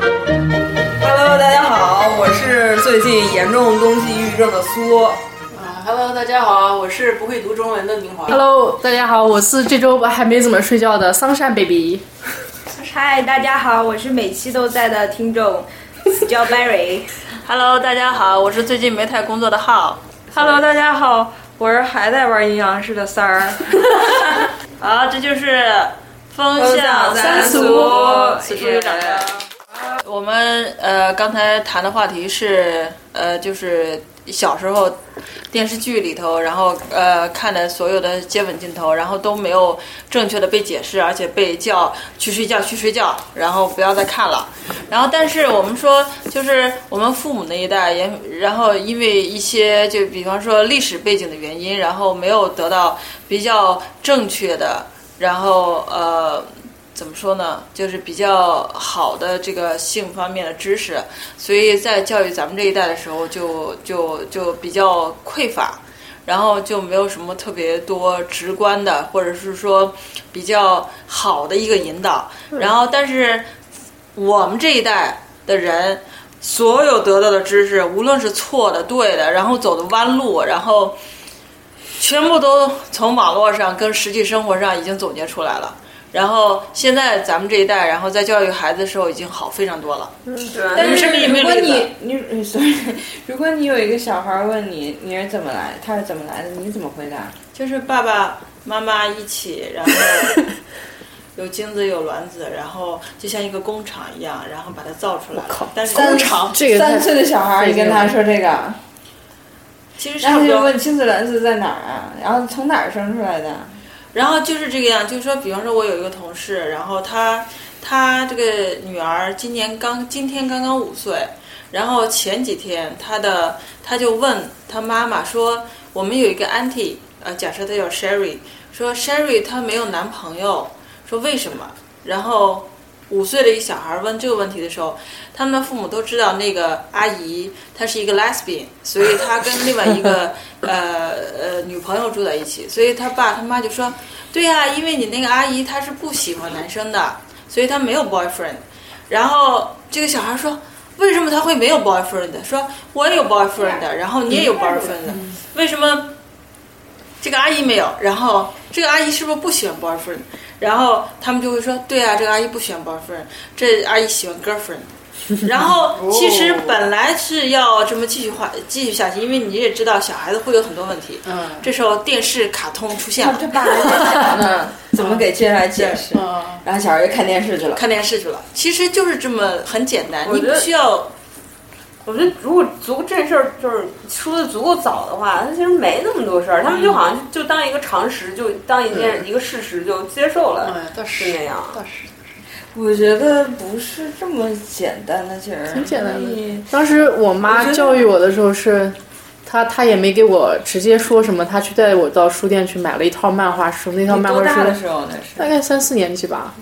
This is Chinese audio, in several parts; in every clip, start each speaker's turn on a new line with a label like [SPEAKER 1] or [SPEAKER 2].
[SPEAKER 1] Hello，大家好，我是最近严重冬季抑郁症的苏。
[SPEAKER 2] 啊，Hello，大家好，我是不会读中文的宁华。
[SPEAKER 3] Hello，大家好，我是这周还没怎么睡觉的桑善 baby。
[SPEAKER 4] 嗨，大家好，我是每期都在的听众叫 Barry。
[SPEAKER 5] Hello，大家好，我是最近没太工作的浩。Hello，大家好，我是还在玩阴阳师的三儿。好，这就是风向
[SPEAKER 1] 三
[SPEAKER 5] 俗
[SPEAKER 1] 俗，
[SPEAKER 5] 此处有掌声。我们呃刚才谈的话题是呃就是小时候电视剧里头，然后呃看的所有的接吻镜头，然后都没有正确的被解释，而且被叫去睡觉去睡觉，然后不要再看了。然后但是我们说，就是我们父母那一代也，然后因为一些就比方说历史背景的原因，然后没有得到比较正确的，然后呃。怎么说呢？就是比较好的这个性方面的知识，所以在教育咱们这一代的时候就，就就比较匮乏，然后就没有什么特别多直观的，或者是说比较好的一个引导。然后，但是我们这一代的人，所有得到的知识，无论是错的、对的，然后走的弯路，然后全部都从网络上跟实际生活上已经总结出来了。然后现在咱们这一代，然后在教育孩子的时候已经好非常多了。
[SPEAKER 2] 对，
[SPEAKER 5] 但
[SPEAKER 6] 但
[SPEAKER 5] 是
[SPEAKER 6] 是
[SPEAKER 5] 没
[SPEAKER 6] 如
[SPEAKER 5] 有
[SPEAKER 6] 果
[SPEAKER 5] 例子
[SPEAKER 6] 你你你呃 sorry，如果你有一个小孩问你你是怎么来，他是怎么来的，你怎么回答？
[SPEAKER 5] 就是爸爸妈妈一起， 然后有精子有卵子，然后就像一个工厂一样，然后把它造出来了。但是工厂
[SPEAKER 3] 这个太
[SPEAKER 6] 三岁的小孩，你跟他说这个，
[SPEAKER 5] 其实
[SPEAKER 6] 然
[SPEAKER 5] 差
[SPEAKER 6] 后
[SPEAKER 5] 不
[SPEAKER 6] 他就
[SPEAKER 5] 多。
[SPEAKER 6] 问亲子卵子在哪儿啊？然后从哪儿生出来的？
[SPEAKER 5] 然后就是这个样，就是说，比方说，我有一个同事，然后她她这个女儿今年刚今天刚刚五岁，然后前几天她的她就问她妈妈说，我们有一个 auntie，呃，假设她叫 Sherry，说 Sherry 她没有男朋友，说为什么？然后五岁的一小孩问这个问题的时候，他们的父母都知道那个阿姨她是一个 lesbian，所以她跟另外一个 呃呃女朋友住在一起，所以他爸他妈就说，对呀、因为你那个阿姨她是不喜欢男生的，所以她没有 boyfriend。然后这个小孩说。为什么他会没有 boyfriend？的说我也有 boyfriend，的然后你也有 boyfriend，的为什么这个阿姨没有，然后这个阿姨是不是不喜欢 boyfriend？然后他们就会说，对啊，这个阿姨不喜欢 boyfriend，这阿姨喜欢 girlfriend。然后其实本来是要这么继续话继续下去，因为你也知道小孩子会有很多问题。
[SPEAKER 2] 嗯
[SPEAKER 5] 这时候电视卡通出现
[SPEAKER 6] 他
[SPEAKER 5] 了，
[SPEAKER 6] 这爸妈在想呢，怎么给接下来解释？
[SPEAKER 2] 嗯，
[SPEAKER 6] 然后小孩就看电视去了。
[SPEAKER 5] 看电视去了。其实就是这么很简单，
[SPEAKER 2] 我
[SPEAKER 5] 你
[SPEAKER 2] 觉
[SPEAKER 5] 不
[SPEAKER 2] 得
[SPEAKER 5] 需要
[SPEAKER 2] 我觉得如果足够这事儿就是说的足够早的话，他其实没那么多事儿，他们就好像就当一个常识，就当一件一个事实就接
[SPEAKER 3] 嗯
[SPEAKER 2] 受了，
[SPEAKER 1] 倒
[SPEAKER 2] 是那样。
[SPEAKER 6] 我觉得不是这么简单的，其实
[SPEAKER 3] 挺简单的
[SPEAKER 6] 所以
[SPEAKER 3] 当时我
[SPEAKER 6] 我觉
[SPEAKER 3] 妈
[SPEAKER 6] 得
[SPEAKER 3] 教育我的时候是，她她也没给我直接说什么，她去带我到书店去买了一套漫画书，那套
[SPEAKER 6] 你
[SPEAKER 3] 漫
[SPEAKER 6] 多
[SPEAKER 3] 画
[SPEAKER 6] 大的
[SPEAKER 3] 书
[SPEAKER 6] 时候那
[SPEAKER 3] 大
[SPEAKER 6] 是？
[SPEAKER 3] 概三四年级吧，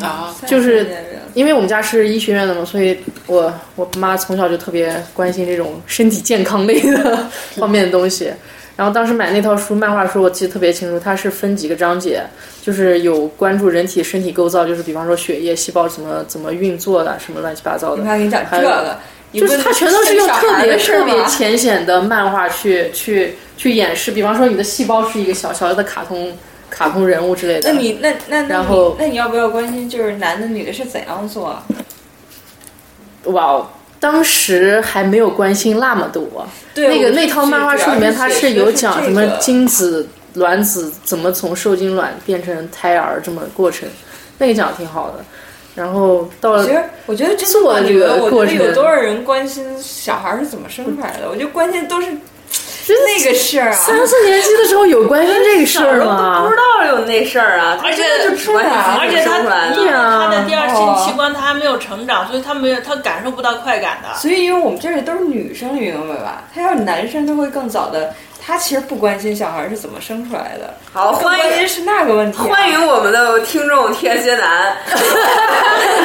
[SPEAKER 1] 啊，
[SPEAKER 3] 就是因为我们家是医学院的嘛，所以我我妈从小就特别关心这种身体健康类 的方面的东西。然后当时买那套书，漫画书，我记得特别清楚，它是分几个章节，就是有关注人体身体构造，就是比方说血液细胞怎么怎么运作的，什么乱七八糟
[SPEAKER 6] 你
[SPEAKER 3] 的。
[SPEAKER 6] 看给你讲这个，你
[SPEAKER 3] 就是
[SPEAKER 6] 问
[SPEAKER 3] 它全都是用
[SPEAKER 6] 小孩
[SPEAKER 3] 特别
[SPEAKER 6] 的事
[SPEAKER 3] 特
[SPEAKER 6] 儿
[SPEAKER 3] 别
[SPEAKER 6] 吗
[SPEAKER 3] 浅显的漫画去去去演示，比方说你的细胞是一个小小的卡通卡通人物之类的。
[SPEAKER 6] 那你那那那
[SPEAKER 3] 然
[SPEAKER 6] 你
[SPEAKER 3] 后
[SPEAKER 6] 那你要不要关心就是男的女的是怎样做啊？
[SPEAKER 3] 哇哦，当时还没有关心那么多。
[SPEAKER 6] 对
[SPEAKER 3] 那
[SPEAKER 6] 我
[SPEAKER 3] 个
[SPEAKER 6] 就
[SPEAKER 3] 那
[SPEAKER 6] 是
[SPEAKER 3] 套漫画
[SPEAKER 6] 主
[SPEAKER 3] 书
[SPEAKER 6] 要
[SPEAKER 3] 里面，
[SPEAKER 6] 是
[SPEAKER 3] 它
[SPEAKER 6] 写
[SPEAKER 3] 是
[SPEAKER 6] 的
[SPEAKER 3] 有
[SPEAKER 6] 是
[SPEAKER 3] 讲
[SPEAKER 6] 这
[SPEAKER 3] 什么
[SPEAKER 6] 个
[SPEAKER 3] 精子、卵子怎么从受精卵变成胎儿这么个过程，那个讲的挺好的。然后到了
[SPEAKER 6] 其实我觉得真
[SPEAKER 3] 做的
[SPEAKER 6] 的
[SPEAKER 3] 这个
[SPEAKER 6] 我
[SPEAKER 3] 过
[SPEAKER 6] 觉得有
[SPEAKER 3] 程
[SPEAKER 6] 多少人关心小孩是怎么生出来的？我觉得关键都是那个事儿啊。
[SPEAKER 3] 三四年级的时候有关心这个事儿
[SPEAKER 2] 都
[SPEAKER 3] 吗
[SPEAKER 2] 不知？道有那事儿啊，
[SPEAKER 5] 而且
[SPEAKER 2] 他们就只关心
[SPEAKER 6] 是啊
[SPEAKER 5] 而
[SPEAKER 2] 自
[SPEAKER 5] 且
[SPEAKER 2] 己
[SPEAKER 5] 他嗯
[SPEAKER 2] 生出来
[SPEAKER 5] 因
[SPEAKER 2] 的。
[SPEAKER 5] 为
[SPEAKER 3] 对
[SPEAKER 5] 他
[SPEAKER 3] 啊
[SPEAKER 5] 的第二性
[SPEAKER 6] 哦
[SPEAKER 5] 器官他还没有成
[SPEAKER 6] 啊
[SPEAKER 5] 长，所以他没有他感受不到快感的。
[SPEAKER 6] 所以，因为我们这里都是女生，你明白吧？他要是男生，他会更早的，他其实不关心小孩是怎么生出来的，
[SPEAKER 2] 好，
[SPEAKER 6] 他
[SPEAKER 2] 欢
[SPEAKER 6] 关
[SPEAKER 2] 迎
[SPEAKER 6] 心是那个问题啊、
[SPEAKER 2] 欢迎我们的听众天蝎男，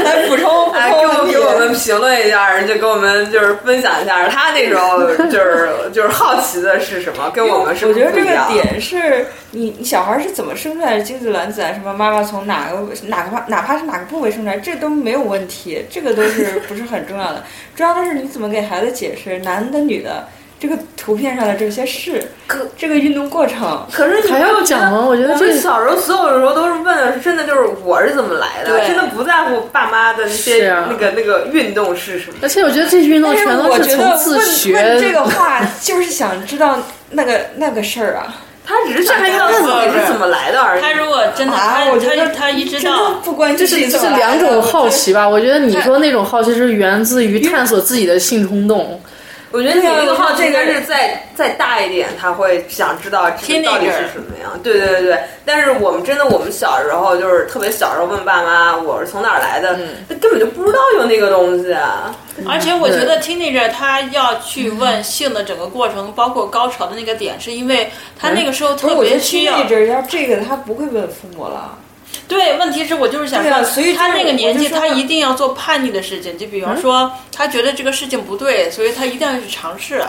[SPEAKER 6] 来补充补
[SPEAKER 2] 哎，
[SPEAKER 6] 充
[SPEAKER 2] 给我
[SPEAKER 6] 问
[SPEAKER 2] 们
[SPEAKER 6] 题
[SPEAKER 2] 给我们评论一下，就给我们就是分享一下他那时候就是就是好奇的是什么，跟我们是
[SPEAKER 6] 我
[SPEAKER 2] 不
[SPEAKER 6] 觉得
[SPEAKER 2] 是不
[SPEAKER 6] 这
[SPEAKER 2] 一
[SPEAKER 6] 个
[SPEAKER 2] 样？
[SPEAKER 6] 点是你你小孩是怎么生出来的，精子卵子啊，什么妈妈从哪个哪个哪怕是哪个部位生出来，这都没有问题，这个都是不是很重要的，重要的是你怎么给孩子解释男的女的这个图片上的这些事，
[SPEAKER 2] 可
[SPEAKER 6] 这个运动过程，
[SPEAKER 2] 可是你
[SPEAKER 3] 还要讲吗？我觉得
[SPEAKER 2] 我
[SPEAKER 3] 这
[SPEAKER 2] 们小时候所有的时候都是问的，真的就是我是怎么来的，
[SPEAKER 5] 对
[SPEAKER 2] 真的不在乎爸妈的那
[SPEAKER 3] 是
[SPEAKER 2] 些、
[SPEAKER 3] 啊
[SPEAKER 2] 那个那个运动是什么。
[SPEAKER 3] 而且我觉得这运动
[SPEAKER 6] 但是
[SPEAKER 3] 全都
[SPEAKER 6] 哎我觉得
[SPEAKER 3] 从
[SPEAKER 6] 问
[SPEAKER 3] 自学。
[SPEAKER 6] 问这个话，就是想知道那个那个事儿 啊，
[SPEAKER 2] 他只是想知道自己是怎么来的而已。
[SPEAKER 5] 他如果真的，
[SPEAKER 6] 啊
[SPEAKER 5] 他
[SPEAKER 6] 我觉得
[SPEAKER 5] 他他一知
[SPEAKER 6] 真的
[SPEAKER 5] 道，
[SPEAKER 6] 不关心
[SPEAKER 3] 这
[SPEAKER 6] 自
[SPEAKER 3] 是
[SPEAKER 6] 己
[SPEAKER 3] 这
[SPEAKER 6] 怎
[SPEAKER 3] 是
[SPEAKER 6] 么来
[SPEAKER 3] 两
[SPEAKER 6] 的
[SPEAKER 3] 种好奇吧？我觉得
[SPEAKER 6] 哎
[SPEAKER 3] 你说那种好奇是源自于探索自己的性冲动，
[SPEAKER 2] 我觉得你那个好奇
[SPEAKER 6] 对啊
[SPEAKER 2] 应该是再再大一点，他会想知道这个
[SPEAKER 5] Teenager
[SPEAKER 2] 到底是什么样。对对对对，但是我们真的，我们小时候就是特别小时候问爸妈我是从哪儿来的，那根本就不知道有那个东西啊。
[SPEAKER 5] 而且我觉得 teenager 他要去问性的整个过程，包括高潮的那个点，是因为他那个时候
[SPEAKER 6] 不是
[SPEAKER 5] 特
[SPEAKER 6] 我觉
[SPEAKER 5] 别
[SPEAKER 6] 得
[SPEAKER 5] 需要
[SPEAKER 6] teenager。要这个他不会问父母了。
[SPEAKER 5] 对，问题是我就是想说，
[SPEAKER 6] 对啊所以就是
[SPEAKER 5] 他那个年纪，
[SPEAKER 6] 我就说嗯
[SPEAKER 5] 他一定要做叛逆的事情，就比方说，他觉得这个事情不对，所以他一定要去尝试。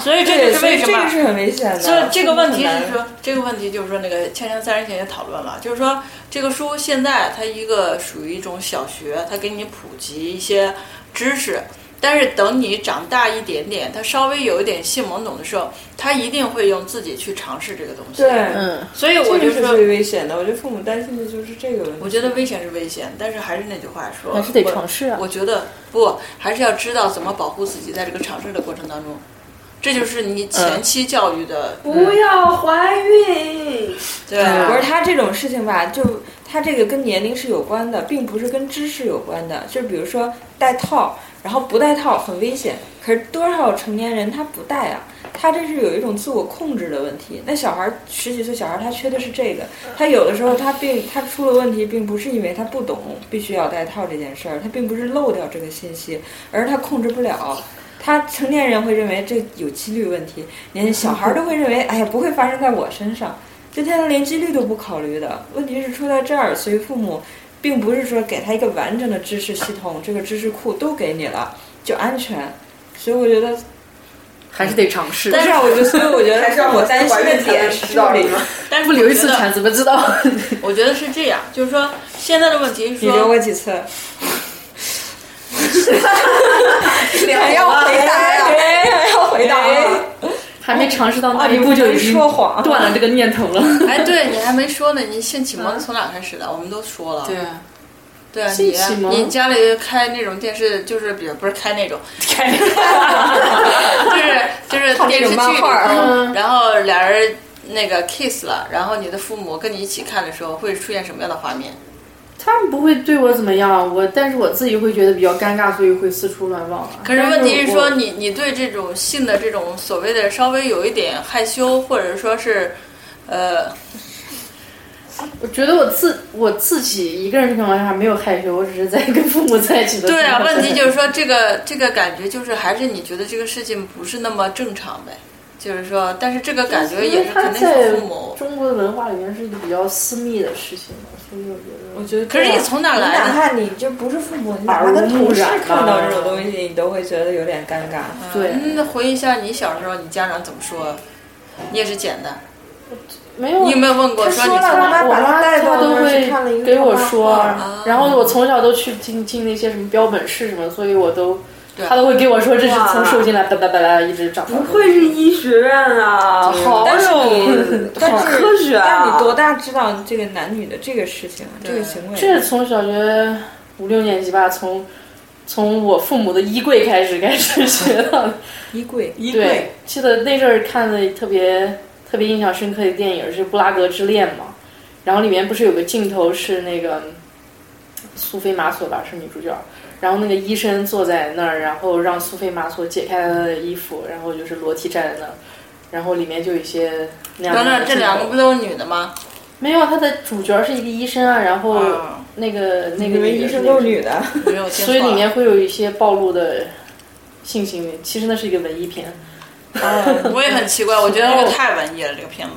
[SPEAKER 5] 所以这
[SPEAKER 6] 啊对，
[SPEAKER 5] 就是
[SPEAKER 6] 所
[SPEAKER 5] 为
[SPEAKER 6] 以
[SPEAKER 5] 什
[SPEAKER 6] 这
[SPEAKER 5] 么
[SPEAKER 6] 个。是很危险的。
[SPEAKER 5] 这这个问题
[SPEAKER 6] 很
[SPEAKER 5] 是
[SPEAKER 6] 难
[SPEAKER 5] 说，这个问题就是说，那个《锵锵三人行》也讨论了，就是说这个书现在它一个属于一种小学，它给你普及一些知识，但是等你长大一点点，他稍微有一点性懵懂的时候，他一定会用自己去尝试这个东西。
[SPEAKER 6] 对，，
[SPEAKER 3] 嗯，
[SPEAKER 5] 所以我
[SPEAKER 6] 这
[SPEAKER 5] 就
[SPEAKER 6] 个是
[SPEAKER 5] 说，
[SPEAKER 6] 最危险的。我觉得父母担心的就是这个问题。
[SPEAKER 5] 我觉得危险是危险，但是还是那句话说，
[SPEAKER 3] 还是得
[SPEAKER 5] 我
[SPEAKER 3] 尝试啊
[SPEAKER 5] 我觉得不，还是要知道怎么保护自己，在这个尝试的过程当中，这就是你
[SPEAKER 3] 呃
[SPEAKER 5] 前期教育的、
[SPEAKER 2] 不要怀孕，
[SPEAKER 5] 对。
[SPEAKER 3] 嗯
[SPEAKER 6] 不是他这种事情吧，就他这个跟年龄是有关的，并不是跟知识有关的。就比如说戴套，然后不戴套很危险，可是多少成年人他不戴啊？他这是有一种自我控制的问题。那小孩儿十几岁小孩儿他缺的是这个，他有的时候他并他出了问题，并不是因为他不懂必须要戴套这件事儿，他并不是漏掉这个信息，而是他控制不了。他成年人会认为这有几率问题，连小孩儿都会认为，哎呀，不会发生在我身上。这他连几率都不考虑的。问题是出在这儿，所以父母并不是说给他一个完整的知识系统，这个知识库都给你了就安全。所以我觉得，
[SPEAKER 3] 还是得尝试。
[SPEAKER 6] 不是啊，我觉得，所以我觉得
[SPEAKER 2] 还是要
[SPEAKER 6] 我
[SPEAKER 2] 我
[SPEAKER 6] 担
[SPEAKER 2] 担
[SPEAKER 6] 心
[SPEAKER 2] 心
[SPEAKER 6] 的
[SPEAKER 2] 的
[SPEAKER 6] 点
[SPEAKER 2] 点
[SPEAKER 6] 是
[SPEAKER 2] 是
[SPEAKER 6] 这
[SPEAKER 2] 到
[SPEAKER 6] 里
[SPEAKER 2] 底。
[SPEAKER 5] 但是
[SPEAKER 3] 不
[SPEAKER 5] 我
[SPEAKER 3] 留一
[SPEAKER 5] 觉
[SPEAKER 3] 次
[SPEAKER 5] 得
[SPEAKER 3] 产怎么知道？
[SPEAKER 5] 我觉得是这样，就是说现在的问题是
[SPEAKER 6] 你留
[SPEAKER 5] 说，
[SPEAKER 6] 过几次？
[SPEAKER 2] 还
[SPEAKER 6] 要回答 呀
[SPEAKER 2] 还要回
[SPEAKER 6] 答呀
[SPEAKER 3] 还没尝试到
[SPEAKER 6] 啊，
[SPEAKER 3] 那
[SPEAKER 6] 哎你
[SPEAKER 3] 一
[SPEAKER 6] 不
[SPEAKER 3] 步就
[SPEAKER 6] 能
[SPEAKER 3] 已经
[SPEAKER 6] 说
[SPEAKER 5] 啊
[SPEAKER 6] 谎。
[SPEAKER 3] 断了这个念头了。
[SPEAKER 5] 哎，对你还没说呢，你性启蒙从哪开始的？我们都说了。
[SPEAKER 3] 对，
[SPEAKER 5] 对啊，
[SPEAKER 3] 性
[SPEAKER 5] 你
[SPEAKER 3] 启蒙
[SPEAKER 5] 你家里开那种电视，就是比如不是开 那种，开那种， 就是就是电视剧
[SPEAKER 6] 看那种
[SPEAKER 5] 里
[SPEAKER 6] 漫画儿
[SPEAKER 5] 头
[SPEAKER 3] 嗯，
[SPEAKER 5] 然后俩人那个 kiss 了，然后你的父母跟你一起看的时候，会出现什么样的画面？
[SPEAKER 3] 他们不会对我怎么样，我但是我自己会觉得比较尴尬，所以会四处乱望啊。
[SPEAKER 5] 可是问题是说
[SPEAKER 3] 但我
[SPEAKER 5] 你，你对这种性的这种所谓的稍微有一点害羞，或者说是，呃，
[SPEAKER 3] 我觉得我自我自己一个人的情况下没有害羞，我只是在跟父母在一起的时候。
[SPEAKER 5] 对啊，问题就是说这个这个感觉就是还是你觉得这个事情不是那么正常呗，就是说，但是这个感觉也是
[SPEAKER 3] 他
[SPEAKER 5] 肯定
[SPEAKER 3] 在
[SPEAKER 5] 是父母。
[SPEAKER 3] 中国的文化里面是一个比较私密的事情嘛，所以我觉
[SPEAKER 6] 我
[SPEAKER 3] 得
[SPEAKER 6] 觉得，
[SPEAKER 5] 可是你从哪来
[SPEAKER 6] 哪
[SPEAKER 5] 的？
[SPEAKER 6] 怕你就不是父母，你哪怕跟同事
[SPEAKER 5] 啊
[SPEAKER 6] 看到这种东西，你都会觉得有点尴尬。
[SPEAKER 3] 对
[SPEAKER 5] 嗯那回忆一下你小时候，你家长怎么说？你也是简单，
[SPEAKER 3] 没有
[SPEAKER 5] 你有没有问过说你
[SPEAKER 6] 他
[SPEAKER 5] 从
[SPEAKER 6] 说了
[SPEAKER 5] 哪？
[SPEAKER 6] 吗
[SPEAKER 3] 我妈她都会给我说
[SPEAKER 5] 啊，
[SPEAKER 3] 然后我从小都去听听那些什么标本室什么，所以我都
[SPEAKER 5] 对
[SPEAKER 3] 她都会给我说这是从受精卵哒哒哒哒一直长大的。
[SPEAKER 2] 不愧是医学院啊，好
[SPEAKER 6] 但是
[SPEAKER 2] 有
[SPEAKER 6] 但
[SPEAKER 2] 好
[SPEAKER 6] 是
[SPEAKER 2] 科学啊！
[SPEAKER 6] 但是你多大知道这个男女的这个事情啊，这个行为？
[SPEAKER 3] 这是从小学五六年级吧，从从我父母的衣柜开始开始学到的。
[SPEAKER 6] 衣柜，衣
[SPEAKER 3] 对，记得那阵儿看的特别特别印象深刻的电影是《布拉格之恋》嘛，然后里面不是有个镜头是那个苏菲玛索吧，是女主角。然后那个医生坐在那儿，然后让苏菲玛索解开她的衣服，然后就是裸体站在那儿，然后里面就有一些那样的
[SPEAKER 5] 等
[SPEAKER 3] 镜
[SPEAKER 5] 等，
[SPEAKER 3] 头。
[SPEAKER 5] 这两个不都是女的吗？
[SPEAKER 3] 没有，他的主角是一个医生啊，然后
[SPEAKER 5] 啊
[SPEAKER 3] 那个、那个啊
[SPEAKER 6] 你们
[SPEAKER 3] 女
[SPEAKER 6] 医
[SPEAKER 3] 的
[SPEAKER 6] 生
[SPEAKER 3] 那
[SPEAKER 6] 都
[SPEAKER 3] 个
[SPEAKER 6] 是女的。
[SPEAKER 5] 没有听错。
[SPEAKER 3] 所以里面会有一些暴露的性行为，其实那是一个文艺片。
[SPEAKER 5] 我也很奇怪，我觉得这个太文艺了，这个片子。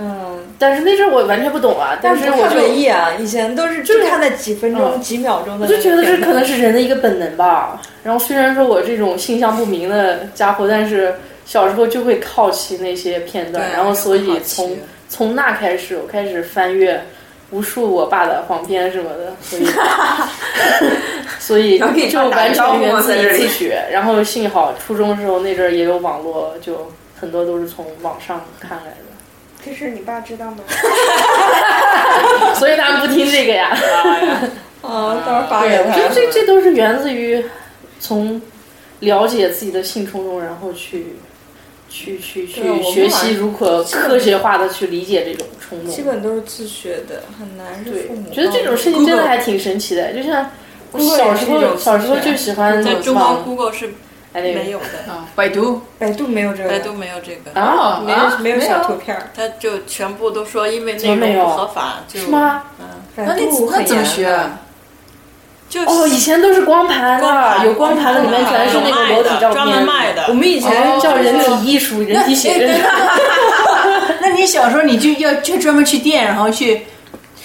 [SPEAKER 6] 嗯，
[SPEAKER 3] 但是那阵儿我完全不懂啊，但
[SPEAKER 6] 但
[SPEAKER 3] 是
[SPEAKER 6] 是
[SPEAKER 3] 我
[SPEAKER 6] 看
[SPEAKER 3] 就
[SPEAKER 6] 文艺啊，以前都是就看那几分钟、
[SPEAKER 3] 嗯
[SPEAKER 6] 几秒钟的那
[SPEAKER 3] 我
[SPEAKER 6] 种
[SPEAKER 3] 就觉
[SPEAKER 6] 片子，
[SPEAKER 3] 得这可能是人的一个本能吧。然后虽然说我这种性向不明的家伙，但是小时候就会好奇那些片段，然后所以从从那开始，我开始翻阅无数我爸的黄片什么的，所 以所以
[SPEAKER 1] 然后给你
[SPEAKER 3] 就
[SPEAKER 1] 爸打
[SPEAKER 3] 完
[SPEAKER 1] 一招
[SPEAKER 3] 全
[SPEAKER 1] 呼
[SPEAKER 3] 源
[SPEAKER 1] 吗
[SPEAKER 3] 自
[SPEAKER 1] 在这
[SPEAKER 3] 于
[SPEAKER 1] 里
[SPEAKER 3] 自学。然后幸好初中的时候那阵儿也有网络，就很多都是从网上看来的，
[SPEAKER 4] 这事你爸知道 吗？
[SPEAKER 3] 所以他们不听这个呀。
[SPEAKER 6] 啊，到时候发给
[SPEAKER 3] 我
[SPEAKER 6] 他。
[SPEAKER 3] 觉得这这都是源自于从了解自己的性冲动，然后去去去
[SPEAKER 6] 对啊我
[SPEAKER 3] 去
[SPEAKER 6] 们
[SPEAKER 3] 学习如何
[SPEAKER 6] 本
[SPEAKER 3] 科学化的去理解这种冲动。
[SPEAKER 6] 基本都是自学的，很难是
[SPEAKER 3] 对
[SPEAKER 6] 父母。，
[SPEAKER 3] 觉得这种事情真的还挺神奇的。就像我小时
[SPEAKER 6] 也是一
[SPEAKER 3] 候，
[SPEAKER 6] 种
[SPEAKER 3] 小时候
[SPEAKER 6] 自学
[SPEAKER 3] 就喜欢
[SPEAKER 5] 在中国 Google 是
[SPEAKER 3] 哎那
[SPEAKER 5] 没
[SPEAKER 3] 个
[SPEAKER 5] 有的，
[SPEAKER 7] 啊，百度
[SPEAKER 6] 百度没有这个，
[SPEAKER 5] 百度没有这个，
[SPEAKER 3] 啊，
[SPEAKER 7] 哦
[SPEAKER 6] 没有、
[SPEAKER 7] 啊
[SPEAKER 6] 没有小图片儿，
[SPEAKER 5] 他就全部都说因为
[SPEAKER 3] 怎么
[SPEAKER 5] 内
[SPEAKER 3] 没
[SPEAKER 5] 容
[SPEAKER 3] 有？
[SPEAKER 5] 不合法，就是
[SPEAKER 3] 吗？
[SPEAKER 6] 百
[SPEAKER 7] 那那
[SPEAKER 6] 度
[SPEAKER 7] 那
[SPEAKER 6] 很
[SPEAKER 7] 怎么
[SPEAKER 6] 严
[SPEAKER 7] 学
[SPEAKER 6] 的
[SPEAKER 7] 啊？
[SPEAKER 5] 就
[SPEAKER 3] 哦，以前都是光盘
[SPEAKER 5] 光
[SPEAKER 3] 的，
[SPEAKER 5] 盘
[SPEAKER 3] 有光盘的，里面全是那个哦裸体照片，
[SPEAKER 5] 专门卖的
[SPEAKER 3] 我们以前叫人体艺术、人体写真。
[SPEAKER 7] 那你小时候你就要去专门去店，然后去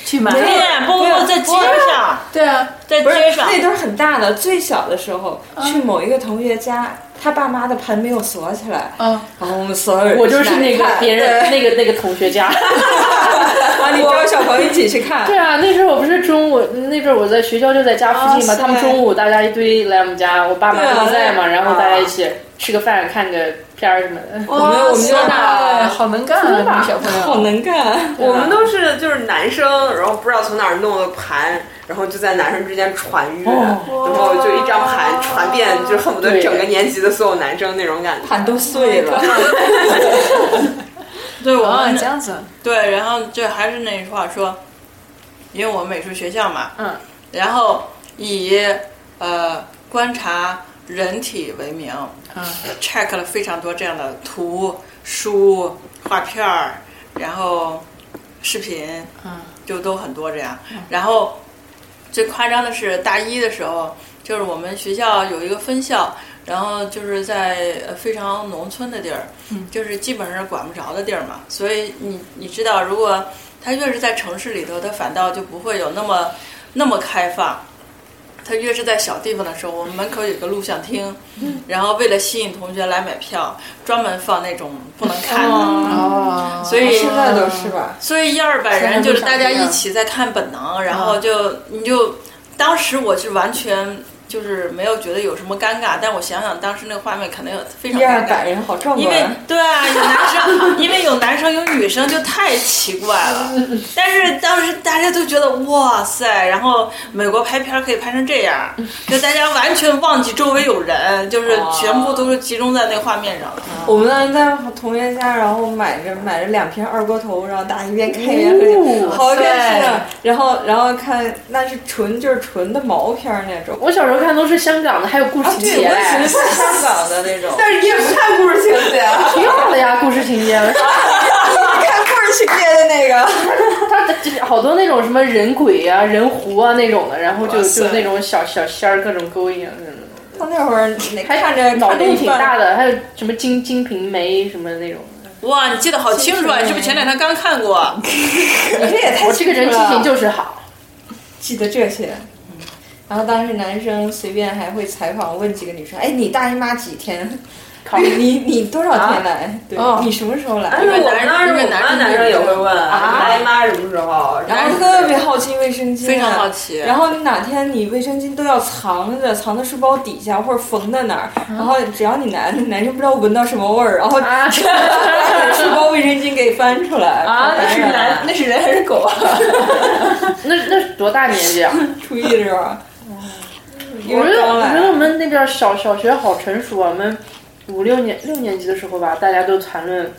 [SPEAKER 7] 去买？
[SPEAKER 5] 店不不在街上，
[SPEAKER 7] 对啊，
[SPEAKER 5] 在
[SPEAKER 6] 不是
[SPEAKER 5] 街上
[SPEAKER 6] 那都是很大的。最小的时候、去某一个同学家，他爸妈的盆没有锁起来，
[SPEAKER 7] 啊，
[SPEAKER 6] 然后我们所有人
[SPEAKER 3] 我就是
[SPEAKER 6] 去
[SPEAKER 3] 那个
[SPEAKER 6] 看
[SPEAKER 3] 别人那个那个同学家。
[SPEAKER 6] 啊，你招小朋友一起去看，
[SPEAKER 3] 对啊，那时候我不是中午那阵儿我在学校就在家附近嘛，
[SPEAKER 6] 啊是
[SPEAKER 3] 他们中午大家一堆来我们家，我爸妈
[SPEAKER 6] 对啊
[SPEAKER 3] 都不在嘛，
[SPEAKER 6] 对
[SPEAKER 3] 然后大家一起吃个饭、看个片儿什么的。
[SPEAKER 6] 我们我们就
[SPEAKER 7] 啊那好能干
[SPEAKER 3] 真的
[SPEAKER 7] 啊，你小朋
[SPEAKER 6] 好
[SPEAKER 7] 友。
[SPEAKER 6] 能干。
[SPEAKER 1] 我们都是就是男生，然后不知道从哪儿弄的盘，然后就在男生之间传阅，
[SPEAKER 3] 哦
[SPEAKER 1] 然后就一张盘传遍，就是恨不得
[SPEAKER 3] 对
[SPEAKER 1] 整个年级的所有男生那种感觉。
[SPEAKER 6] 盘都碎了，
[SPEAKER 5] 对我
[SPEAKER 3] 哦
[SPEAKER 7] 啊，
[SPEAKER 5] 们
[SPEAKER 7] 这样子，
[SPEAKER 5] 对，然后就还是那句话说，因为我们美术学校嘛，
[SPEAKER 3] 嗯，
[SPEAKER 5] 然后以呃观察人体为名，
[SPEAKER 7] 嗯
[SPEAKER 5] ，check 了非常多这样的图、书、画片儿，然后视频，
[SPEAKER 7] 嗯，
[SPEAKER 5] 就都很多这样。然后最夸张的是大一的时候，就是我们学校有一个分校，然后就是在呃非常农村的地儿，就是基本上是管不着的地儿嘛。所以你你知道，如果它越是在城市里头，它反倒就不会有那么那么开放。它越是在小地方的时候，我们门口有个录像厅，
[SPEAKER 6] 嗯
[SPEAKER 5] 然后为了吸引同学来买票，专门放那种不能看的，
[SPEAKER 7] 哦，
[SPEAKER 5] 所以
[SPEAKER 6] 现在都是吧？
[SPEAKER 5] 所以一二百人就是大家一起在看本能，然
[SPEAKER 6] 嗯
[SPEAKER 5] 后就你就，当时我是完全就是没有觉得有什么尴尬，但我想想当时那个画面肯定有非常
[SPEAKER 6] 一二
[SPEAKER 5] 尴尬
[SPEAKER 6] 百，人好壮
[SPEAKER 5] 因为
[SPEAKER 6] 观，
[SPEAKER 5] 对啊，有男生，因为有男生有女生就太奇怪了。但是当时大家都觉得哇塞，然后美国拍片儿可以拍成这样，就大家完全忘记周围有人，就是全部都是集中在那个画面上。
[SPEAKER 6] 我们当时在同学家，然后买着买着两瓶二锅头，然后大家一边看一边喝酒，好开心啊！然后然后看那是纯就是纯的毛片儿那种，
[SPEAKER 3] 我小时候看都是香港的，还有故事情节
[SPEAKER 6] 啊对，我以前
[SPEAKER 3] 嘞，
[SPEAKER 6] 是香港的那种，
[SPEAKER 1] 但是你也不看故事情节啊，
[SPEAKER 3] 挺好的呀，故事情节。
[SPEAKER 6] 看故事情节的那个，
[SPEAKER 3] 他就是好多那种什么人鬼啊、人狐啊那种的，然后就就那种小小仙儿各种勾引啊那种。
[SPEAKER 6] 他那会儿你
[SPEAKER 3] 还
[SPEAKER 6] 看着
[SPEAKER 3] 脑
[SPEAKER 6] 看着
[SPEAKER 3] 洞
[SPEAKER 6] 一
[SPEAKER 3] 挺
[SPEAKER 6] 半
[SPEAKER 3] 大的，还有什么金金瓶梅什么那种。
[SPEAKER 5] 哇，你记得好清楚嗯啊！你是不是前两天刚看过？
[SPEAKER 6] 你这也太
[SPEAKER 3] 我这个人
[SPEAKER 6] 清
[SPEAKER 3] 记
[SPEAKER 6] 楚了
[SPEAKER 3] 性就是好，
[SPEAKER 6] 记得这些。然后当时男生随便还会采访问几个女生，哎，你大姨妈几天？
[SPEAKER 3] 靠
[SPEAKER 6] 你你你多少天来？对、你什么时候来？
[SPEAKER 2] 哎
[SPEAKER 1] 但是我们当时我们班男生也会问
[SPEAKER 6] 啊
[SPEAKER 1] 大姨妈什么时候，
[SPEAKER 6] 然后特别好奇卫生巾、啊
[SPEAKER 5] 非常好奇啊
[SPEAKER 6] 然后你哪天你卫生巾都要藏着，藏在书包底下或者缝在哪儿，然后只要你男男生不知道闻到什么味儿，然后
[SPEAKER 3] 啊
[SPEAKER 6] 把书包卫生巾给翻出来
[SPEAKER 7] 啊，那是
[SPEAKER 6] 然后
[SPEAKER 7] 人，那是人还是狗啊？
[SPEAKER 3] 那那多大年纪啊？
[SPEAKER 6] 初一的时候，因
[SPEAKER 3] 我觉
[SPEAKER 6] 为
[SPEAKER 3] 得
[SPEAKER 6] 刚
[SPEAKER 3] 我觉
[SPEAKER 6] 来
[SPEAKER 3] 得我们那边儿小小学好成熟啊，我们五六年六年级的时候吧，大家都谈论，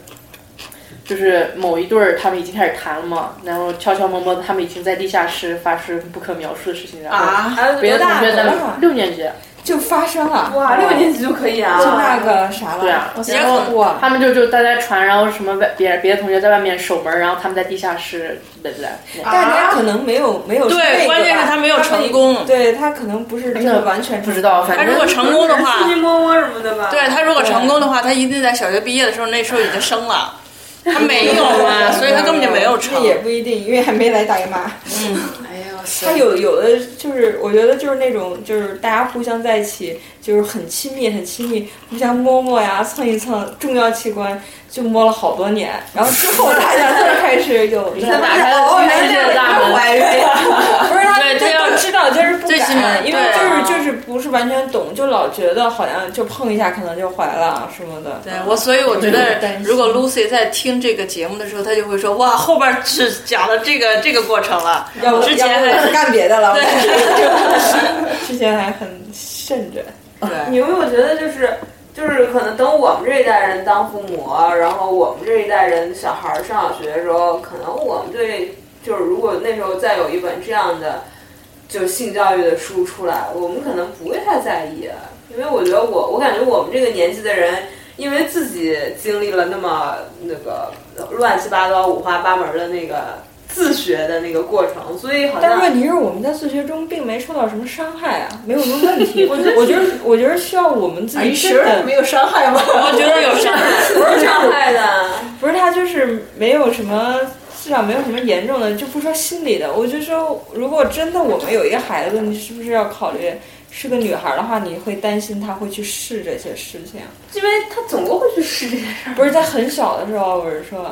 [SPEAKER 3] 就是某一对儿他们已经开始谈了嘛，然后悄悄摸摸的他们已经在地下室发生不可描述的事情，然后
[SPEAKER 5] 啊，
[SPEAKER 1] 还有
[SPEAKER 3] 别的同学在
[SPEAKER 6] 多大
[SPEAKER 3] 六年级，
[SPEAKER 6] 就发啊生了，
[SPEAKER 2] 哇，六年级就可以啊
[SPEAKER 6] 就那个啥了，
[SPEAKER 8] 对啊
[SPEAKER 6] 我
[SPEAKER 5] 然
[SPEAKER 6] 然
[SPEAKER 5] 后
[SPEAKER 6] 后我
[SPEAKER 8] 他们就就大家传，然后什么外别别的同学在外面守门，然后他们在地下室，对不对？
[SPEAKER 6] 大家可能没有没有那个
[SPEAKER 5] 对，
[SPEAKER 6] 吧
[SPEAKER 5] 关键是他没有成，
[SPEAKER 6] 他
[SPEAKER 5] 功。
[SPEAKER 6] 对他可能不是真的完全
[SPEAKER 3] 不知道，反
[SPEAKER 5] 他
[SPEAKER 3] 正
[SPEAKER 5] 如果成功的话
[SPEAKER 2] 亲，亲摸摸什么的吧？
[SPEAKER 5] 对他如果成功的话，他一定在小学毕业的时候，那时候已经生了。他没有啊，所以他根本就没有
[SPEAKER 6] 那
[SPEAKER 5] 成。
[SPEAKER 6] 也不一定，因为还没来大姨妈。
[SPEAKER 2] 哎呀，
[SPEAKER 6] 嗯他有有的就是，我觉得就是那种，就是大家互相在一起，就是很亲密，很亲密，互相摸摸呀，蹭一蹭重要器官，就摸了好多年，然后之后大家才开始有。
[SPEAKER 8] 他打开
[SPEAKER 6] 哦
[SPEAKER 8] 了新世界的大门，
[SPEAKER 6] 怀孕，不是他，
[SPEAKER 5] 对
[SPEAKER 6] 他
[SPEAKER 5] 这要
[SPEAKER 6] 都知道，就是不
[SPEAKER 5] 最起码
[SPEAKER 6] 敢，因为
[SPEAKER 5] 对
[SPEAKER 6] 就是
[SPEAKER 5] 啊
[SPEAKER 6] 就是不是完全懂，就老觉得好像就碰一下可能就怀了什么的。
[SPEAKER 5] 对我，所以我觉
[SPEAKER 6] 有点担
[SPEAKER 5] 得，
[SPEAKER 6] 心
[SPEAKER 5] 如果 Lucy 在听这个节目的时候，她就会说：“ 哇，后边是讲了这个这个过程了。
[SPEAKER 6] 要不
[SPEAKER 5] 之前
[SPEAKER 6] 要不
[SPEAKER 5] 还
[SPEAKER 6] 我干别的了，
[SPEAKER 5] 对
[SPEAKER 6] 之前还很慎着。”
[SPEAKER 5] 对，
[SPEAKER 2] 因为我觉得就是就是可能等我们这一代人当父母，然后我们这一代人小孩儿上小学的时候，可能我们对就是如果那时候再有一本这样的就性教育的书出来，我们可能不会太在意，啊因为我觉得我我感觉我们这个年纪的人。因为自己经历了那么那个乱七八糟、五花八门的那个自学的那个过程，所以好
[SPEAKER 6] 但
[SPEAKER 2] 像
[SPEAKER 6] 是问题是，我们在自学中并没受到什么伤害啊，没有什么问 题。我觉得，我觉得，我觉得需要我们自己真的
[SPEAKER 7] 没有伤害吗？
[SPEAKER 5] 我觉得有伤害。
[SPEAKER 2] 不是伤害的。
[SPEAKER 6] 不是他就是没有什么，至少没有什么严重的，就不说心理的。我就说，如果真的我们有一个孩子，你是不是要考虑是个女孩的话，你会担心她会去试这些事情？
[SPEAKER 2] 因为他总归会去试这些事儿。
[SPEAKER 6] 不是在很小的时候，我是说，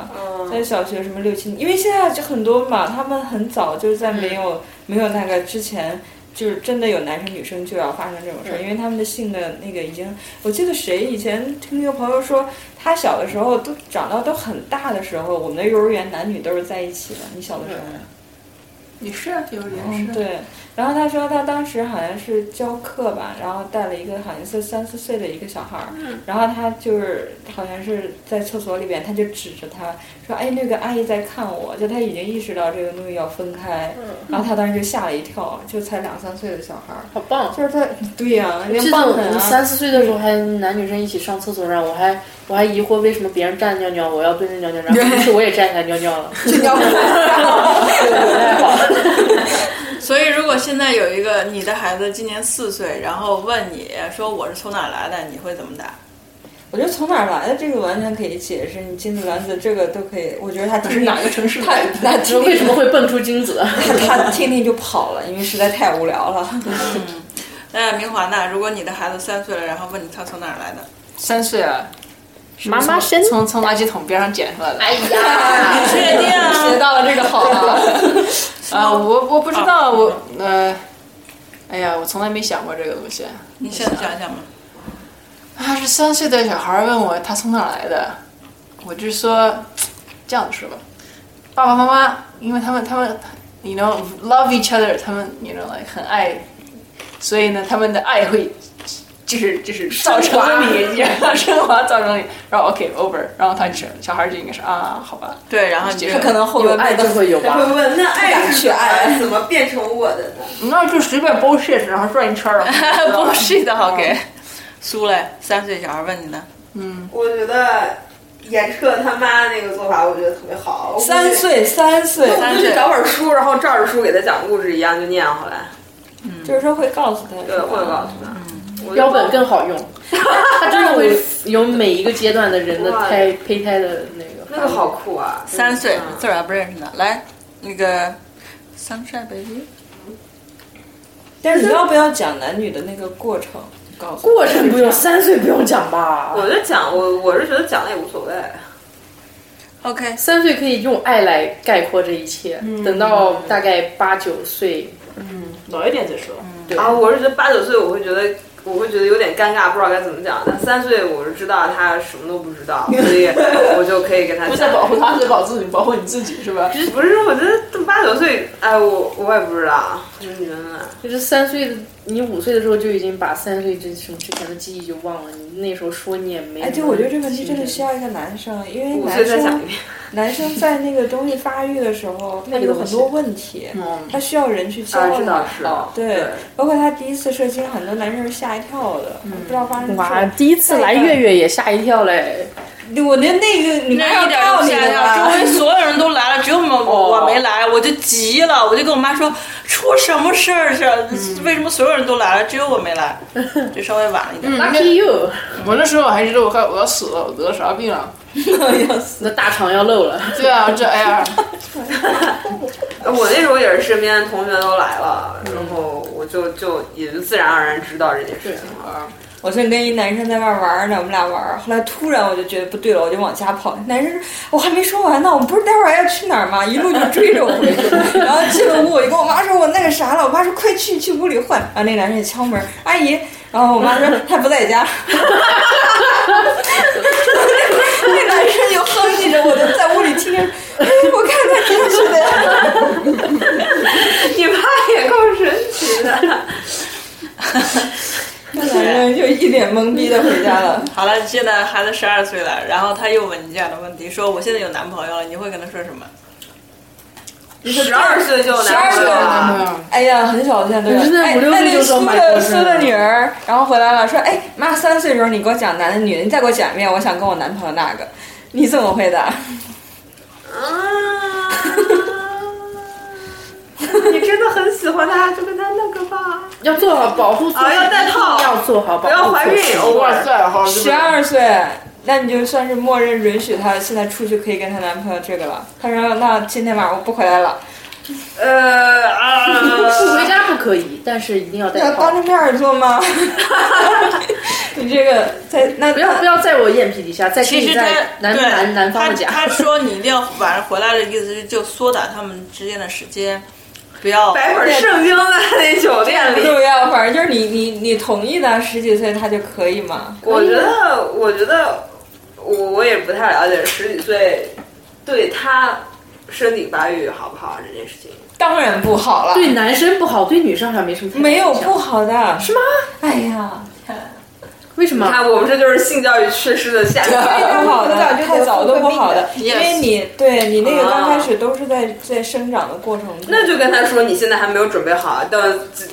[SPEAKER 6] 在
[SPEAKER 2] 嗯，
[SPEAKER 6] 小学什么六七年，因为现在就很多嘛，他们很早就是在没有、没有那个之前，就是真的有男生女生就要发生这种事儿，因为他们的性的那个已经，我记得谁以前听一个朋友说，他小的时候都长到都很大的时候，我们的幼儿园男女都是在一起的。你小的时候呢？
[SPEAKER 7] 也是啊，幼儿园
[SPEAKER 6] 嗯，
[SPEAKER 7] 是啊。
[SPEAKER 6] 对。然后他说他当时好像是教课吧，然后带了一个好像是三四岁的一个小孩儿，然后他就是好像是在厕所里边，他就指着他说：“哎，那个阿姨在看我。”就他已经意识到这个东西要分开，然后他当时就吓了一跳，就才两三岁的小孩儿，
[SPEAKER 8] 好棒！
[SPEAKER 6] 哦就是 他，对呀、连
[SPEAKER 8] 记得
[SPEAKER 6] 棒
[SPEAKER 8] 我
[SPEAKER 6] 槌
[SPEAKER 8] 们
[SPEAKER 6] 啊，
[SPEAKER 8] 三四岁的时候还男女生一起上厕所上，我还我还疑惑为什么别人站着尿尿，我要蹲着尿尿，然后有一次我也站起来尿尿了，
[SPEAKER 6] 就尿
[SPEAKER 8] 不太好。
[SPEAKER 5] 所以，如果现在有一个你的孩子今年四岁，然后问你说我是从哪儿来的，你会怎么答？
[SPEAKER 6] 我觉得从哪儿来的这个完全可以解释，你精子卵子这个都可以，我觉得他听哪个城市他他听
[SPEAKER 8] 为什么会蹦出精子？
[SPEAKER 6] 他他听听就跑了，因为实在太无聊 了。
[SPEAKER 5] 那明华呢？如果你的孩子三岁了，然后问你他从哪儿来的，
[SPEAKER 7] 三岁啊，
[SPEAKER 3] 妈妈生
[SPEAKER 7] 从从垃圾桶边上捡出来的。哎呀，
[SPEAKER 5] 确定 啊
[SPEAKER 7] 学到了这个好啊！啊，我我不知道，我呃，哎呀，我从来没想过这个东西。
[SPEAKER 5] 你现在想想吧。
[SPEAKER 7] 啊，是三岁的小孩儿问我他从哪儿来的，我就说这样说吧，爸爸妈妈，因为他们他们，you know love each other，他们 you know like 很爱，所以呢，他们的爱会就是就是造成了你，升华造成你，然后 OK over，然后他就是小孩儿就应该是啊，好吧，
[SPEAKER 5] 对，然后你就
[SPEAKER 6] 他可能后面
[SPEAKER 8] 爱就会 有 吧。
[SPEAKER 2] 会问那爱是
[SPEAKER 6] 去爱
[SPEAKER 2] 怎么变成我的呢？
[SPEAKER 7] 那就随便 bullshit，然后转一圈儿了，
[SPEAKER 5] 不是的，OK。苏嘞，三岁小孩问你呢，
[SPEAKER 2] 我觉得严彻他妈那个做法，我觉得特别好。我估计
[SPEAKER 6] 三，岁，三岁，
[SPEAKER 2] 我就去找本书，然后照着书给他讲故事一样就念回来。
[SPEAKER 6] 就是说会告诉他，
[SPEAKER 2] 嗯对，会告诉他。我就
[SPEAKER 8] 标本更好 用，它真的会有每一个阶段的人的胎胚胎的那个。
[SPEAKER 2] 那个好酷啊！
[SPEAKER 5] 三岁
[SPEAKER 2] 嗯
[SPEAKER 5] 字儿还不认识呢。来，那个 Sunshine Baby，
[SPEAKER 6] 但是你要不要讲男女的那个过程？告诉
[SPEAKER 8] 过程不用，三岁不用讲吧？
[SPEAKER 2] 我就讲，我我是觉得讲的也无所谓。
[SPEAKER 5] OK，
[SPEAKER 8] 三岁可以用爱来概括这一切，
[SPEAKER 6] 嗯
[SPEAKER 8] 等到大概八九岁，
[SPEAKER 7] 老一点再说。
[SPEAKER 8] 对
[SPEAKER 2] 啊，我是觉得八九岁我会觉得我会觉得有点尴尬，不知道该怎么讲。但三岁我是知道他什么都不知道，所以我就可以跟他
[SPEAKER 7] 不是
[SPEAKER 2] 讲
[SPEAKER 7] 在。保护他，是在保护自己，保护你自己是吧？
[SPEAKER 2] 不是，我觉得八九岁，哎，我我也不知道，就是你们
[SPEAKER 8] 就是三岁
[SPEAKER 3] 你五岁的时候就已经把三岁之什么之前的记忆就忘了，你那时候说你也没。
[SPEAKER 6] 哎，对，我觉得这问题真的需。要一个男生，因为
[SPEAKER 2] 五岁
[SPEAKER 6] 男
[SPEAKER 2] 再想一
[SPEAKER 6] 生
[SPEAKER 2] 遍，
[SPEAKER 6] 男生在那个东西发育的时候，他有很多问题，
[SPEAKER 7] 嗯，
[SPEAKER 6] 他需要人去教
[SPEAKER 2] 大哎啊家知道
[SPEAKER 6] 导
[SPEAKER 2] 哦是吧？
[SPEAKER 6] 对，包括他第一次射精，很多男生是吓一跳的，
[SPEAKER 2] 嗯
[SPEAKER 6] 不知道发生什
[SPEAKER 3] 哇，
[SPEAKER 6] 么。
[SPEAKER 3] 第一次来月月也吓一跳哎嘞！
[SPEAKER 6] 我觉得那个你不
[SPEAKER 5] 那
[SPEAKER 6] 要
[SPEAKER 5] 一点都
[SPEAKER 6] 道
[SPEAKER 5] 不
[SPEAKER 6] 理
[SPEAKER 5] 吓
[SPEAKER 6] 了
[SPEAKER 5] 人，啊周
[SPEAKER 6] 吧
[SPEAKER 5] 围所有人都来了，只有我我没来，我就急了，我就跟我妈说出什么事儿是？为什么所有人都来了，只有我没来？就稍微晚了一点。
[SPEAKER 3] Lucky you，
[SPEAKER 7] 我那时候还觉得我快我要死了，我得了啥病啊？
[SPEAKER 3] 那大肠要漏了。
[SPEAKER 7] 对啊，这哎呀，
[SPEAKER 2] 我那时候也是身边同学都来了，然后我就就也就自然而然知道这件事情了。
[SPEAKER 6] 我最近跟一男生在外玩呢，我们俩玩，后来突然我就觉得不对了，我就往家跑。男生说：“我还没说完呢，我们不是待会儿还要去哪儿吗？”一路就追着我回去， 然后进了屋，我就跟我妈说：“我那个啥了。”我妈说：“快去，去屋里换。”然后那男生也敲门：“阿姨。”然后我妈说：“他不在家。” 那男生就哼唧着，我就在屋里听着，哎，我看他进去的。
[SPEAKER 2] 你爸也够神奇的，
[SPEAKER 6] 那男生就一脸懵逼的回家了。
[SPEAKER 5] 好了，现在孩子十二岁了，然后他又问你这样的问题，说我现在有男朋友了，你会跟他说什么？
[SPEAKER 2] 十二岁就有男朋友
[SPEAKER 6] 12
[SPEAKER 2] 了，
[SPEAKER 6] 岁哎呀，很小现在都有。
[SPEAKER 3] 你是在
[SPEAKER 6] 哎
[SPEAKER 3] 五六
[SPEAKER 6] 那
[SPEAKER 3] 岁
[SPEAKER 6] 那
[SPEAKER 3] 就说
[SPEAKER 6] 苏
[SPEAKER 3] 买
[SPEAKER 6] 的
[SPEAKER 3] 过是
[SPEAKER 6] 苏
[SPEAKER 3] 吗
[SPEAKER 6] 的女儿，然后回来了，说：“哎，妈，三岁的时候你给我讲男的女的，你再给我讲一遍，我想跟我男朋友那个。”你怎么回答？
[SPEAKER 2] 啊 你真的很喜欢他，就跟他那个吧。
[SPEAKER 3] 要做好保护措施，
[SPEAKER 2] 啊要戴套
[SPEAKER 3] 一定要做好保护
[SPEAKER 2] 不要怀孕
[SPEAKER 3] 措施
[SPEAKER 2] 偶尔
[SPEAKER 7] 塞，好
[SPEAKER 6] 十二岁，那你就算是默认允许她现在出去可以跟她男朋友这个了。她说：“那今天晚上我不回来了。
[SPEAKER 2] 呃
[SPEAKER 3] 不回
[SPEAKER 2] 啊，
[SPEAKER 3] 家不可以，但是一定要”戴
[SPEAKER 6] 要当
[SPEAKER 3] 套。
[SPEAKER 6] 着面儿做 吗？你这个在那
[SPEAKER 3] 不要不要在我眼皮底下，在
[SPEAKER 5] 其实他
[SPEAKER 3] 在南
[SPEAKER 5] 对
[SPEAKER 3] 南南方的家。
[SPEAKER 5] 他他说你一定要晚上回来的意思是就缩短他们之间的时间，不要
[SPEAKER 2] 摆本圣经在那酒店里。
[SPEAKER 6] 不要，反正就是你你你同意的，十几岁她就可以嘛。
[SPEAKER 2] 我觉得，我觉得，我我也不太了解十几岁对他身体发育好不好这件事情。
[SPEAKER 6] 当然不好了。
[SPEAKER 3] 对男生不好，对女生好像没什么太大
[SPEAKER 6] 没有
[SPEAKER 3] 影响
[SPEAKER 6] 不好的，是吗？哎呀，
[SPEAKER 3] 为什
[SPEAKER 2] 你
[SPEAKER 3] 么？
[SPEAKER 2] 看，我们这就是性教育缺失的下 场。
[SPEAKER 6] 不好的，太早都不好的，因
[SPEAKER 5] Yes
[SPEAKER 6] 为你对你那个刚
[SPEAKER 2] 啊
[SPEAKER 6] 开始都是在在生长的过程中。
[SPEAKER 2] 那就跟他说，你现在还没有准备好，到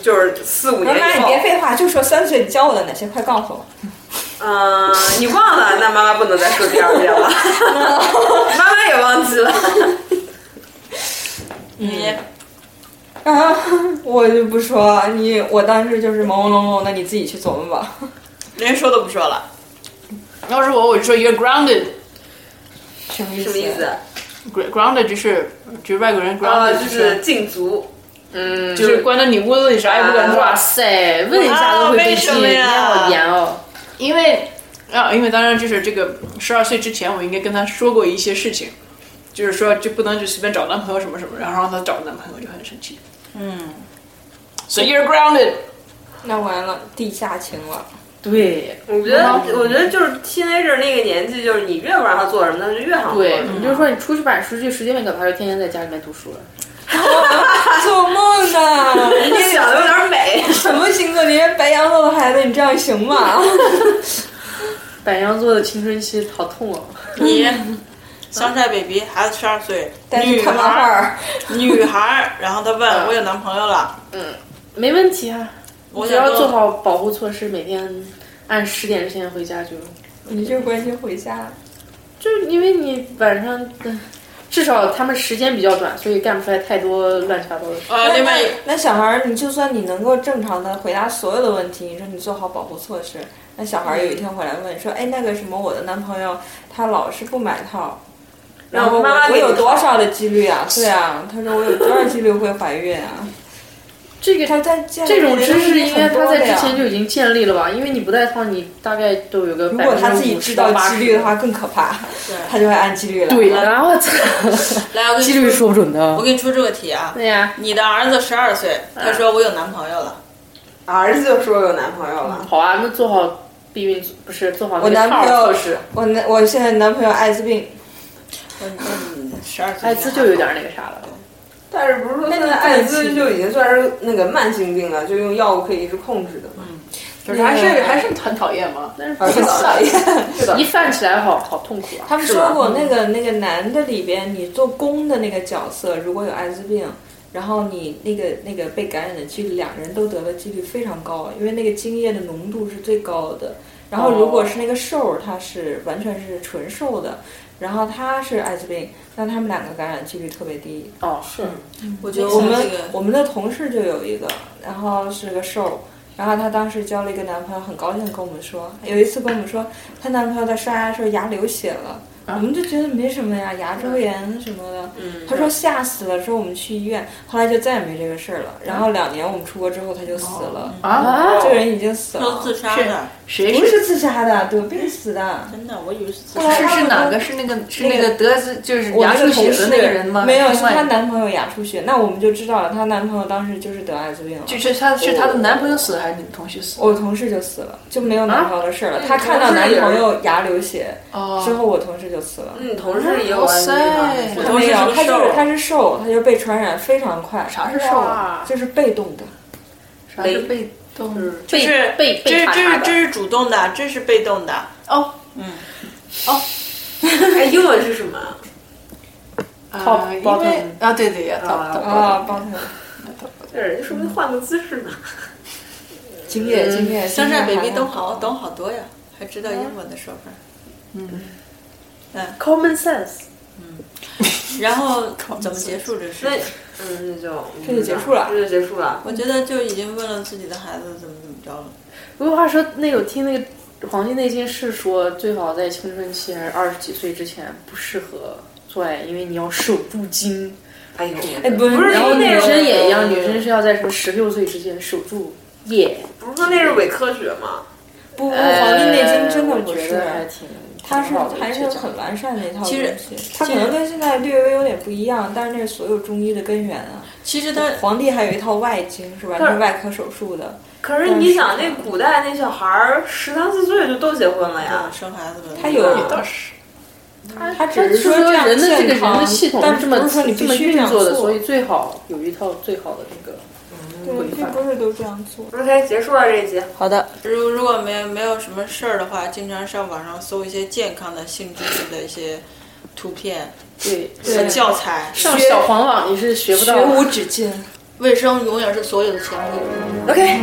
[SPEAKER 2] 就是四五
[SPEAKER 6] 我说
[SPEAKER 2] 年
[SPEAKER 6] 妈，
[SPEAKER 2] 以
[SPEAKER 6] 你
[SPEAKER 2] 后
[SPEAKER 6] 别，废话，就说三岁你教我的哪些，快告 诉我。
[SPEAKER 2] 嗯、你忘了，那妈妈不能再说第二 遍了，妈妈也忘记了。
[SPEAKER 5] 你
[SPEAKER 6] 啊，我就不说你，我当时就是朦朦胧胧的，你自己去琢磨吧。
[SPEAKER 5] 连说都不说了。
[SPEAKER 7] 要是我，我就说 you're grounded。
[SPEAKER 6] 什么意
[SPEAKER 2] 什么意思？
[SPEAKER 7] grounded 就是啊就是外国人
[SPEAKER 2] 呃，
[SPEAKER 7] grounded，
[SPEAKER 2] 就是禁足。
[SPEAKER 3] 嗯，
[SPEAKER 7] 就是啊关在你屋子里啥也不敢
[SPEAKER 3] 哇
[SPEAKER 7] 做，
[SPEAKER 3] 塞，问一下都会被禁，
[SPEAKER 5] 啊为什么
[SPEAKER 3] 你
[SPEAKER 5] 呀
[SPEAKER 3] 好严哦。
[SPEAKER 7] 因为啊，因为当然就是这个十二岁之前，我应该跟他说过一些事情，就是说就不能就随便找男朋友什么什么，然后让他找男朋友就很生气。
[SPEAKER 5] 嗯，
[SPEAKER 7] So you're grounded，
[SPEAKER 6] 那完了，地下情了。
[SPEAKER 3] 对
[SPEAKER 6] 嗯
[SPEAKER 2] 我觉得，我觉得就是 teenager 那个年纪，就是你越不让他做什么，他就越想做
[SPEAKER 3] 对
[SPEAKER 2] 什，
[SPEAKER 6] 嗯
[SPEAKER 2] 么。
[SPEAKER 3] 你就说你出去把出去时间没搞，他就天天在家里面读书了。
[SPEAKER 6] 做梦呢！
[SPEAKER 2] 你想的有点美。
[SPEAKER 6] 什么星座？你是白羊座的孩子，你这样行 吗？
[SPEAKER 3] 白羊座的青春期好痛哦。
[SPEAKER 5] 你 香晒 baby 孩子十二岁，
[SPEAKER 6] 带你
[SPEAKER 5] 女
[SPEAKER 6] 看漫
[SPEAKER 5] 孩
[SPEAKER 6] 画
[SPEAKER 5] 儿
[SPEAKER 6] 儿，
[SPEAKER 5] 女孩儿，然后他问我有男朋友了，
[SPEAKER 3] 没问题啊，
[SPEAKER 5] 我
[SPEAKER 3] 只
[SPEAKER 5] 想
[SPEAKER 3] 要
[SPEAKER 5] 说
[SPEAKER 3] 做好保护措施，每天按十点之前回家就，
[SPEAKER 6] 你就关心回家。
[SPEAKER 3] 就是因为你晚上，嗯至少他们时间比较短，所以干不出来太多乱七八糟的事。
[SPEAKER 5] 呃，
[SPEAKER 6] 那
[SPEAKER 5] 另外
[SPEAKER 6] 那那小孩儿，你就算你能够正常的回答所有的问题，你说你做好保护措施，那小孩儿有一天
[SPEAKER 3] 嗯
[SPEAKER 6] 回来问说，哎，那个什么，我的男朋友他老是不买套，然后我
[SPEAKER 2] 妈妈
[SPEAKER 6] 我
[SPEAKER 2] 给你
[SPEAKER 6] 有
[SPEAKER 2] 套
[SPEAKER 6] 多少的几率 啊？对啊，他说我有多少几率会怀孕啊？
[SPEAKER 3] 这个
[SPEAKER 6] 他在见
[SPEAKER 3] 这种
[SPEAKER 6] 人
[SPEAKER 3] 知识应该他在之前
[SPEAKER 6] 就。
[SPEAKER 3] 就已经建立了吧？因为你不带套，你大概都有个
[SPEAKER 6] 如
[SPEAKER 3] 百
[SPEAKER 6] 果
[SPEAKER 3] 分
[SPEAKER 6] 他自
[SPEAKER 3] 之
[SPEAKER 6] 己
[SPEAKER 3] 五
[SPEAKER 6] 知
[SPEAKER 3] 十
[SPEAKER 6] 道
[SPEAKER 3] 到八
[SPEAKER 6] 几率
[SPEAKER 3] 十
[SPEAKER 6] 的。话，更可怕，
[SPEAKER 5] 对
[SPEAKER 6] 他就会按几率来。
[SPEAKER 3] 对，然后操，
[SPEAKER 5] 来我跟你
[SPEAKER 3] 几率
[SPEAKER 5] 说
[SPEAKER 3] 说不准的
[SPEAKER 5] 我。给你出这个题啊，
[SPEAKER 3] 对呀，
[SPEAKER 5] 你的儿子十二岁，他说我有男朋友了，
[SPEAKER 2] 儿子就说有男朋友
[SPEAKER 1] 嗯
[SPEAKER 2] 了，
[SPEAKER 3] 好啊，那做好避孕不是做好那
[SPEAKER 6] 我
[SPEAKER 3] 个
[SPEAKER 6] 男
[SPEAKER 3] 套
[SPEAKER 6] 朋
[SPEAKER 3] 儿
[SPEAKER 6] 友
[SPEAKER 3] 措施，，
[SPEAKER 6] 我男我现在男朋友艾滋病，
[SPEAKER 5] 嗯，十二岁
[SPEAKER 3] 哎艾滋就有点那个啥了。
[SPEAKER 2] 但是不是说现
[SPEAKER 6] 那你
[SPEAKER 2] 在艾
[SPEAKER 6] 不能
[SPEAKER 2] 滋
[SPEAKER 6] 轻
[SPEAKER 2] 就已经算是那个慢性病了，就用药物可以一直控制的嘛？
[SPEAKER 7] 就是还是还是很讨厌嘛。但是
[SPEAKER 2] 啊是的，是的
[SPEAKER 3] 一。犯起来好好痛苦啊！
[SPEAKER 6] 他们说过那个那个男的里边，你做公的那个角色，如果有艾滋病，然后你那个那个被感染的几率，两个人都得的几率非常高，因为那个精液的浓度是最高的。然后如果是那个瘦儿，他是完全是纯瘦的，然后他是艾滋病，那他们两个感染几率特别低。
[SPEAKER 3] 哦，是
[SPEAKER 5] 我觉得
[SPEAKER 6] 我们
[SPEAKER 5] 这个
[SPEAKER 6] 我们的同事就有一个，然后是个瘦，然后她当时交了一个男朋友，很高兴地跟我们说，有一次跟我们说，她男朋友在刷牙的时候牙流血了。
[SPEAKER 7] 啊
[SPEAKER 6] 我们就觉得没什么呀，牙周炎什么的。
[SPEAKER 7] 嗯
[SPEAKER 6] 她说吓死了，说我们去医院，后来就再也没这个事儿了。
[SPEAKER 7] 嗯
[SPEAKER 6] 然后两年我们出国之后，她就死了。
[SPEAKER 7] 啊，
[SPEAKER 6] 这个人已经死
[SPEAKER 5] 都
[SPEAKER 7] 哦
[SPEAKER 6] 了，
[SPEAKER 5] 自杀的，
[SPEAKER 7] 谁
[SPEAKER 6] 不
[SPEAKER 7] 是
[SPEAKER 6] 是自杀的，得病死的。
[SPEAKER 5] 真的，我以为是自
[SPEAKER 6] 后来
[SPEAKER 5] 杀。
[SPEAKER 7] 是
[SPEAKER 6] 他
[SPEAKER 7] 是
[SPEAKER 6] 们
[SPEAKER 7] 哪
[SPEAKER 6] 都
[SPEAKER 7] 个？是那个是
[SPEAKER 6] 那
[SPEAKER 7] 那
[SPEAKER 6] 个
[SPEAKER 7] 个得自就是
[SPEAKER 6] 我
[SPEAKER 7] 嗯牙
[SPEAKER 6] 那
[SPEAKER 7] 出
[SPEAKER 6] 个
[SPEAKER 7] 血
[SPEAKER 6] 同
[SPEAKER 7] 的
[SPEAKER 6] 事
[SPEAKER 7] 那个人吗？
[SPEAKER 6] 没有，
[SPEAKER 7] 另
[SPEAKER 6] 是
[SPEAKER 7] 外
[SPEAKER 6] 她男朋友牙出血，那我们就知道了，她男朋友当时就是得艾滋病了。
[SPEAKER 7] 就是她是她的男朋友死还是你同学死？
[SPEAKER 6] 我同事就死了，就没有男朋友的事儿了。她看
[SPEAKER 1] 同
[SPEAKER 6] 到
[SPEAKER 1] 事
[SPEAKER 6] 男
[SPEAKER 1] 也
[SPEAKER 6] 朋友牙流血之
[SPEAKER 7] 哦，
[SPEAKER 6] 后，我同事就死了。
[SPEAKER 1] 你嗯同事也有啊
[SPEAKER 7] 哇
[SPEAKER 1] 安利
[SPEAKER 7] 塞
[SPEAKER 1] 吧？
[SPEAKER 6] 她没有
[SPEAKER 5] 我同事是个
[SPEAKER 6] 她就
[SPEAKER 5] 瘦
[SPEAKER 6] 是她是瘦，她就被传染非常快，
[SPEAKER 7] 啥是瘦啊？
[SPEAKER 6] 就是被动的。
[SPEAKER 7] 啥是被动？
[SPEAKER 5] 就是
[SPEAKER 3] 被
[SPEAKER 5] 这
[SPEAKER 3] 被
[SPEAKER 5] 是
[SPEAKER 3] 查
[SPEAKER 5] 这
[SPEAKER 3] 查
[SPEAKER 5] 是
[SPEAKER 3] 的
[SPEAKER 5] 这是主动的，这是被动的。
[SPEAKER 7] 哦，
[SPEAKER 1] 哎，英文是什么啊？
[SPEAKER 7] 啊，因为啊，对对呀，top top
[SPEAKER 6] 啊，帮她
[SPEAKER 1] 这人家说不定换个姿势呢。
[SPEAKER 6] 经验经验。
[SPEAKER 5] 乡
[SPEAKER 6] 经
[SPEAKER 5] 寨
[SPEAKER 6] 验
[SPEAKER 5] baby
[SPEAKER 6] 还
[SPEAKER 5] 懂好懂好多呀，还知道英文的说法。
[SPEAKER 3] common sense。
[SPEAKER 5] 然后怎么结束这事
[SPEAKER 1] 那
[SPEAKER 5] 情？
[SPEAKER 1] 嗯，那就
[SPEAKER 6] 这就结束了
[SPEAKER 1] 这就结束了。
[SPEAKER 5] 我觉得就已经问了自己的孩子怎么怎么着了。
[SPEAKER 3] 不过话说，那有听那个黄金内心是说，最好在青春期还是二十几岁之前不适合做爱，因为你要守住精。
[SPEAKER 1] 哎呦，
[SPEAKER 6] 哎，不是，
[SPEAKER 3] 然
[SPEAKER 6] 然
[SPEAKER 3] 后
[SPEAKER 6] 后
[SPEAKER 3] 女
[SPEAKER 1] 那个
[SPEAKER 3] 生也一样，女生是要在什么十六岁之前守住夜。
[SPEAKER 1] 不是说那是伪科学吗？
[SPEAKER 6] 不不，黄金内经真的
[SPEAKER 3] 呃
[SPEAKER 6] 不
[SPEAKER 3] 我觉
[SPEAKER 6] 是
[SPEAKER 3] 得。还挺，
[SPEAKER 6] 它是
[SPEAKER 3] 挺好的
[SPEAKER 6] 还是
[SPEAKER 3] 这种
[SPEAKER 6] 很完善的一套东
[SPEAKER 5] 其实
[SPEAKER 6] 西，它可能跟现在略微有点不一样，但是那是所有中医的根源啊。
[SPEAKER 5] 其实他
[SPEAKER 6] 皇帝还有一套外经是吧？
[SPEAKER 1] 但
[SPEAKER 6] 那
[SPEAKER 1] 是
[SPEAKER 6] 是外科手术的，
[SPEAKER 1] 可是你想，那古代那小孩儿十三四岁就都结婚了呀
[SPEAKER 5] 嗯，生孩子了，
[SPEAKER 6] 他有
[SPEAKER 7] 倒是
[SPEAKER 6] 他
[SPEAKER 3] 他
[SPEAKER 6] 只
[SPEAKER 3] 是
[SPEAKER 6] 说
[SPEAKER 3] 说
[SPEAKER 6] 这样
[SPEAKER 3] 人的这个
[SPEAKER 6] 健
[SPEAKER 3] 人
[SPEAKER 6] 康
[SPEAKER 3] 的系统
[SPEAKER 6] 但
[SPEAKER 3] 这
[SPEAKER 6] 不
[SPEAKER 3] 么
[SPEAKER 6] 是说你
[SPEAKER 3] 这
[SPEAKER 6] 必
[SPEAKER 3] 么
[SPEAKER 6] 须这
[SPEAKER 3] 运
[SPEAKER 6] 样
[SPEAKER 3] 作的，
[SPEAKER 6] 做
[SPEAKER 3] 所以最好有一套最好的那个规
[SPEAKER 6] 对，并
[SPEAKER 3] 范。
[SPEAKER 6] 不是都这样做。
[SPEAKER 1] 嗯 OK，结束了这一集。
[SPEAKER 5] 好的。如如果没没有什么事儿的话，经常上网上搜一些健康的、性知识的一些图片
[SPEAKER 3] 对，
[SPEAKER 5] 和教材。
[SPEAKER 3] 上小黄网你是学不到的。
[SPEAKER 6] 学无止境。
[SPEAKER 5] 卫生永远是所有的前提。
[SPEAKER 6] OK。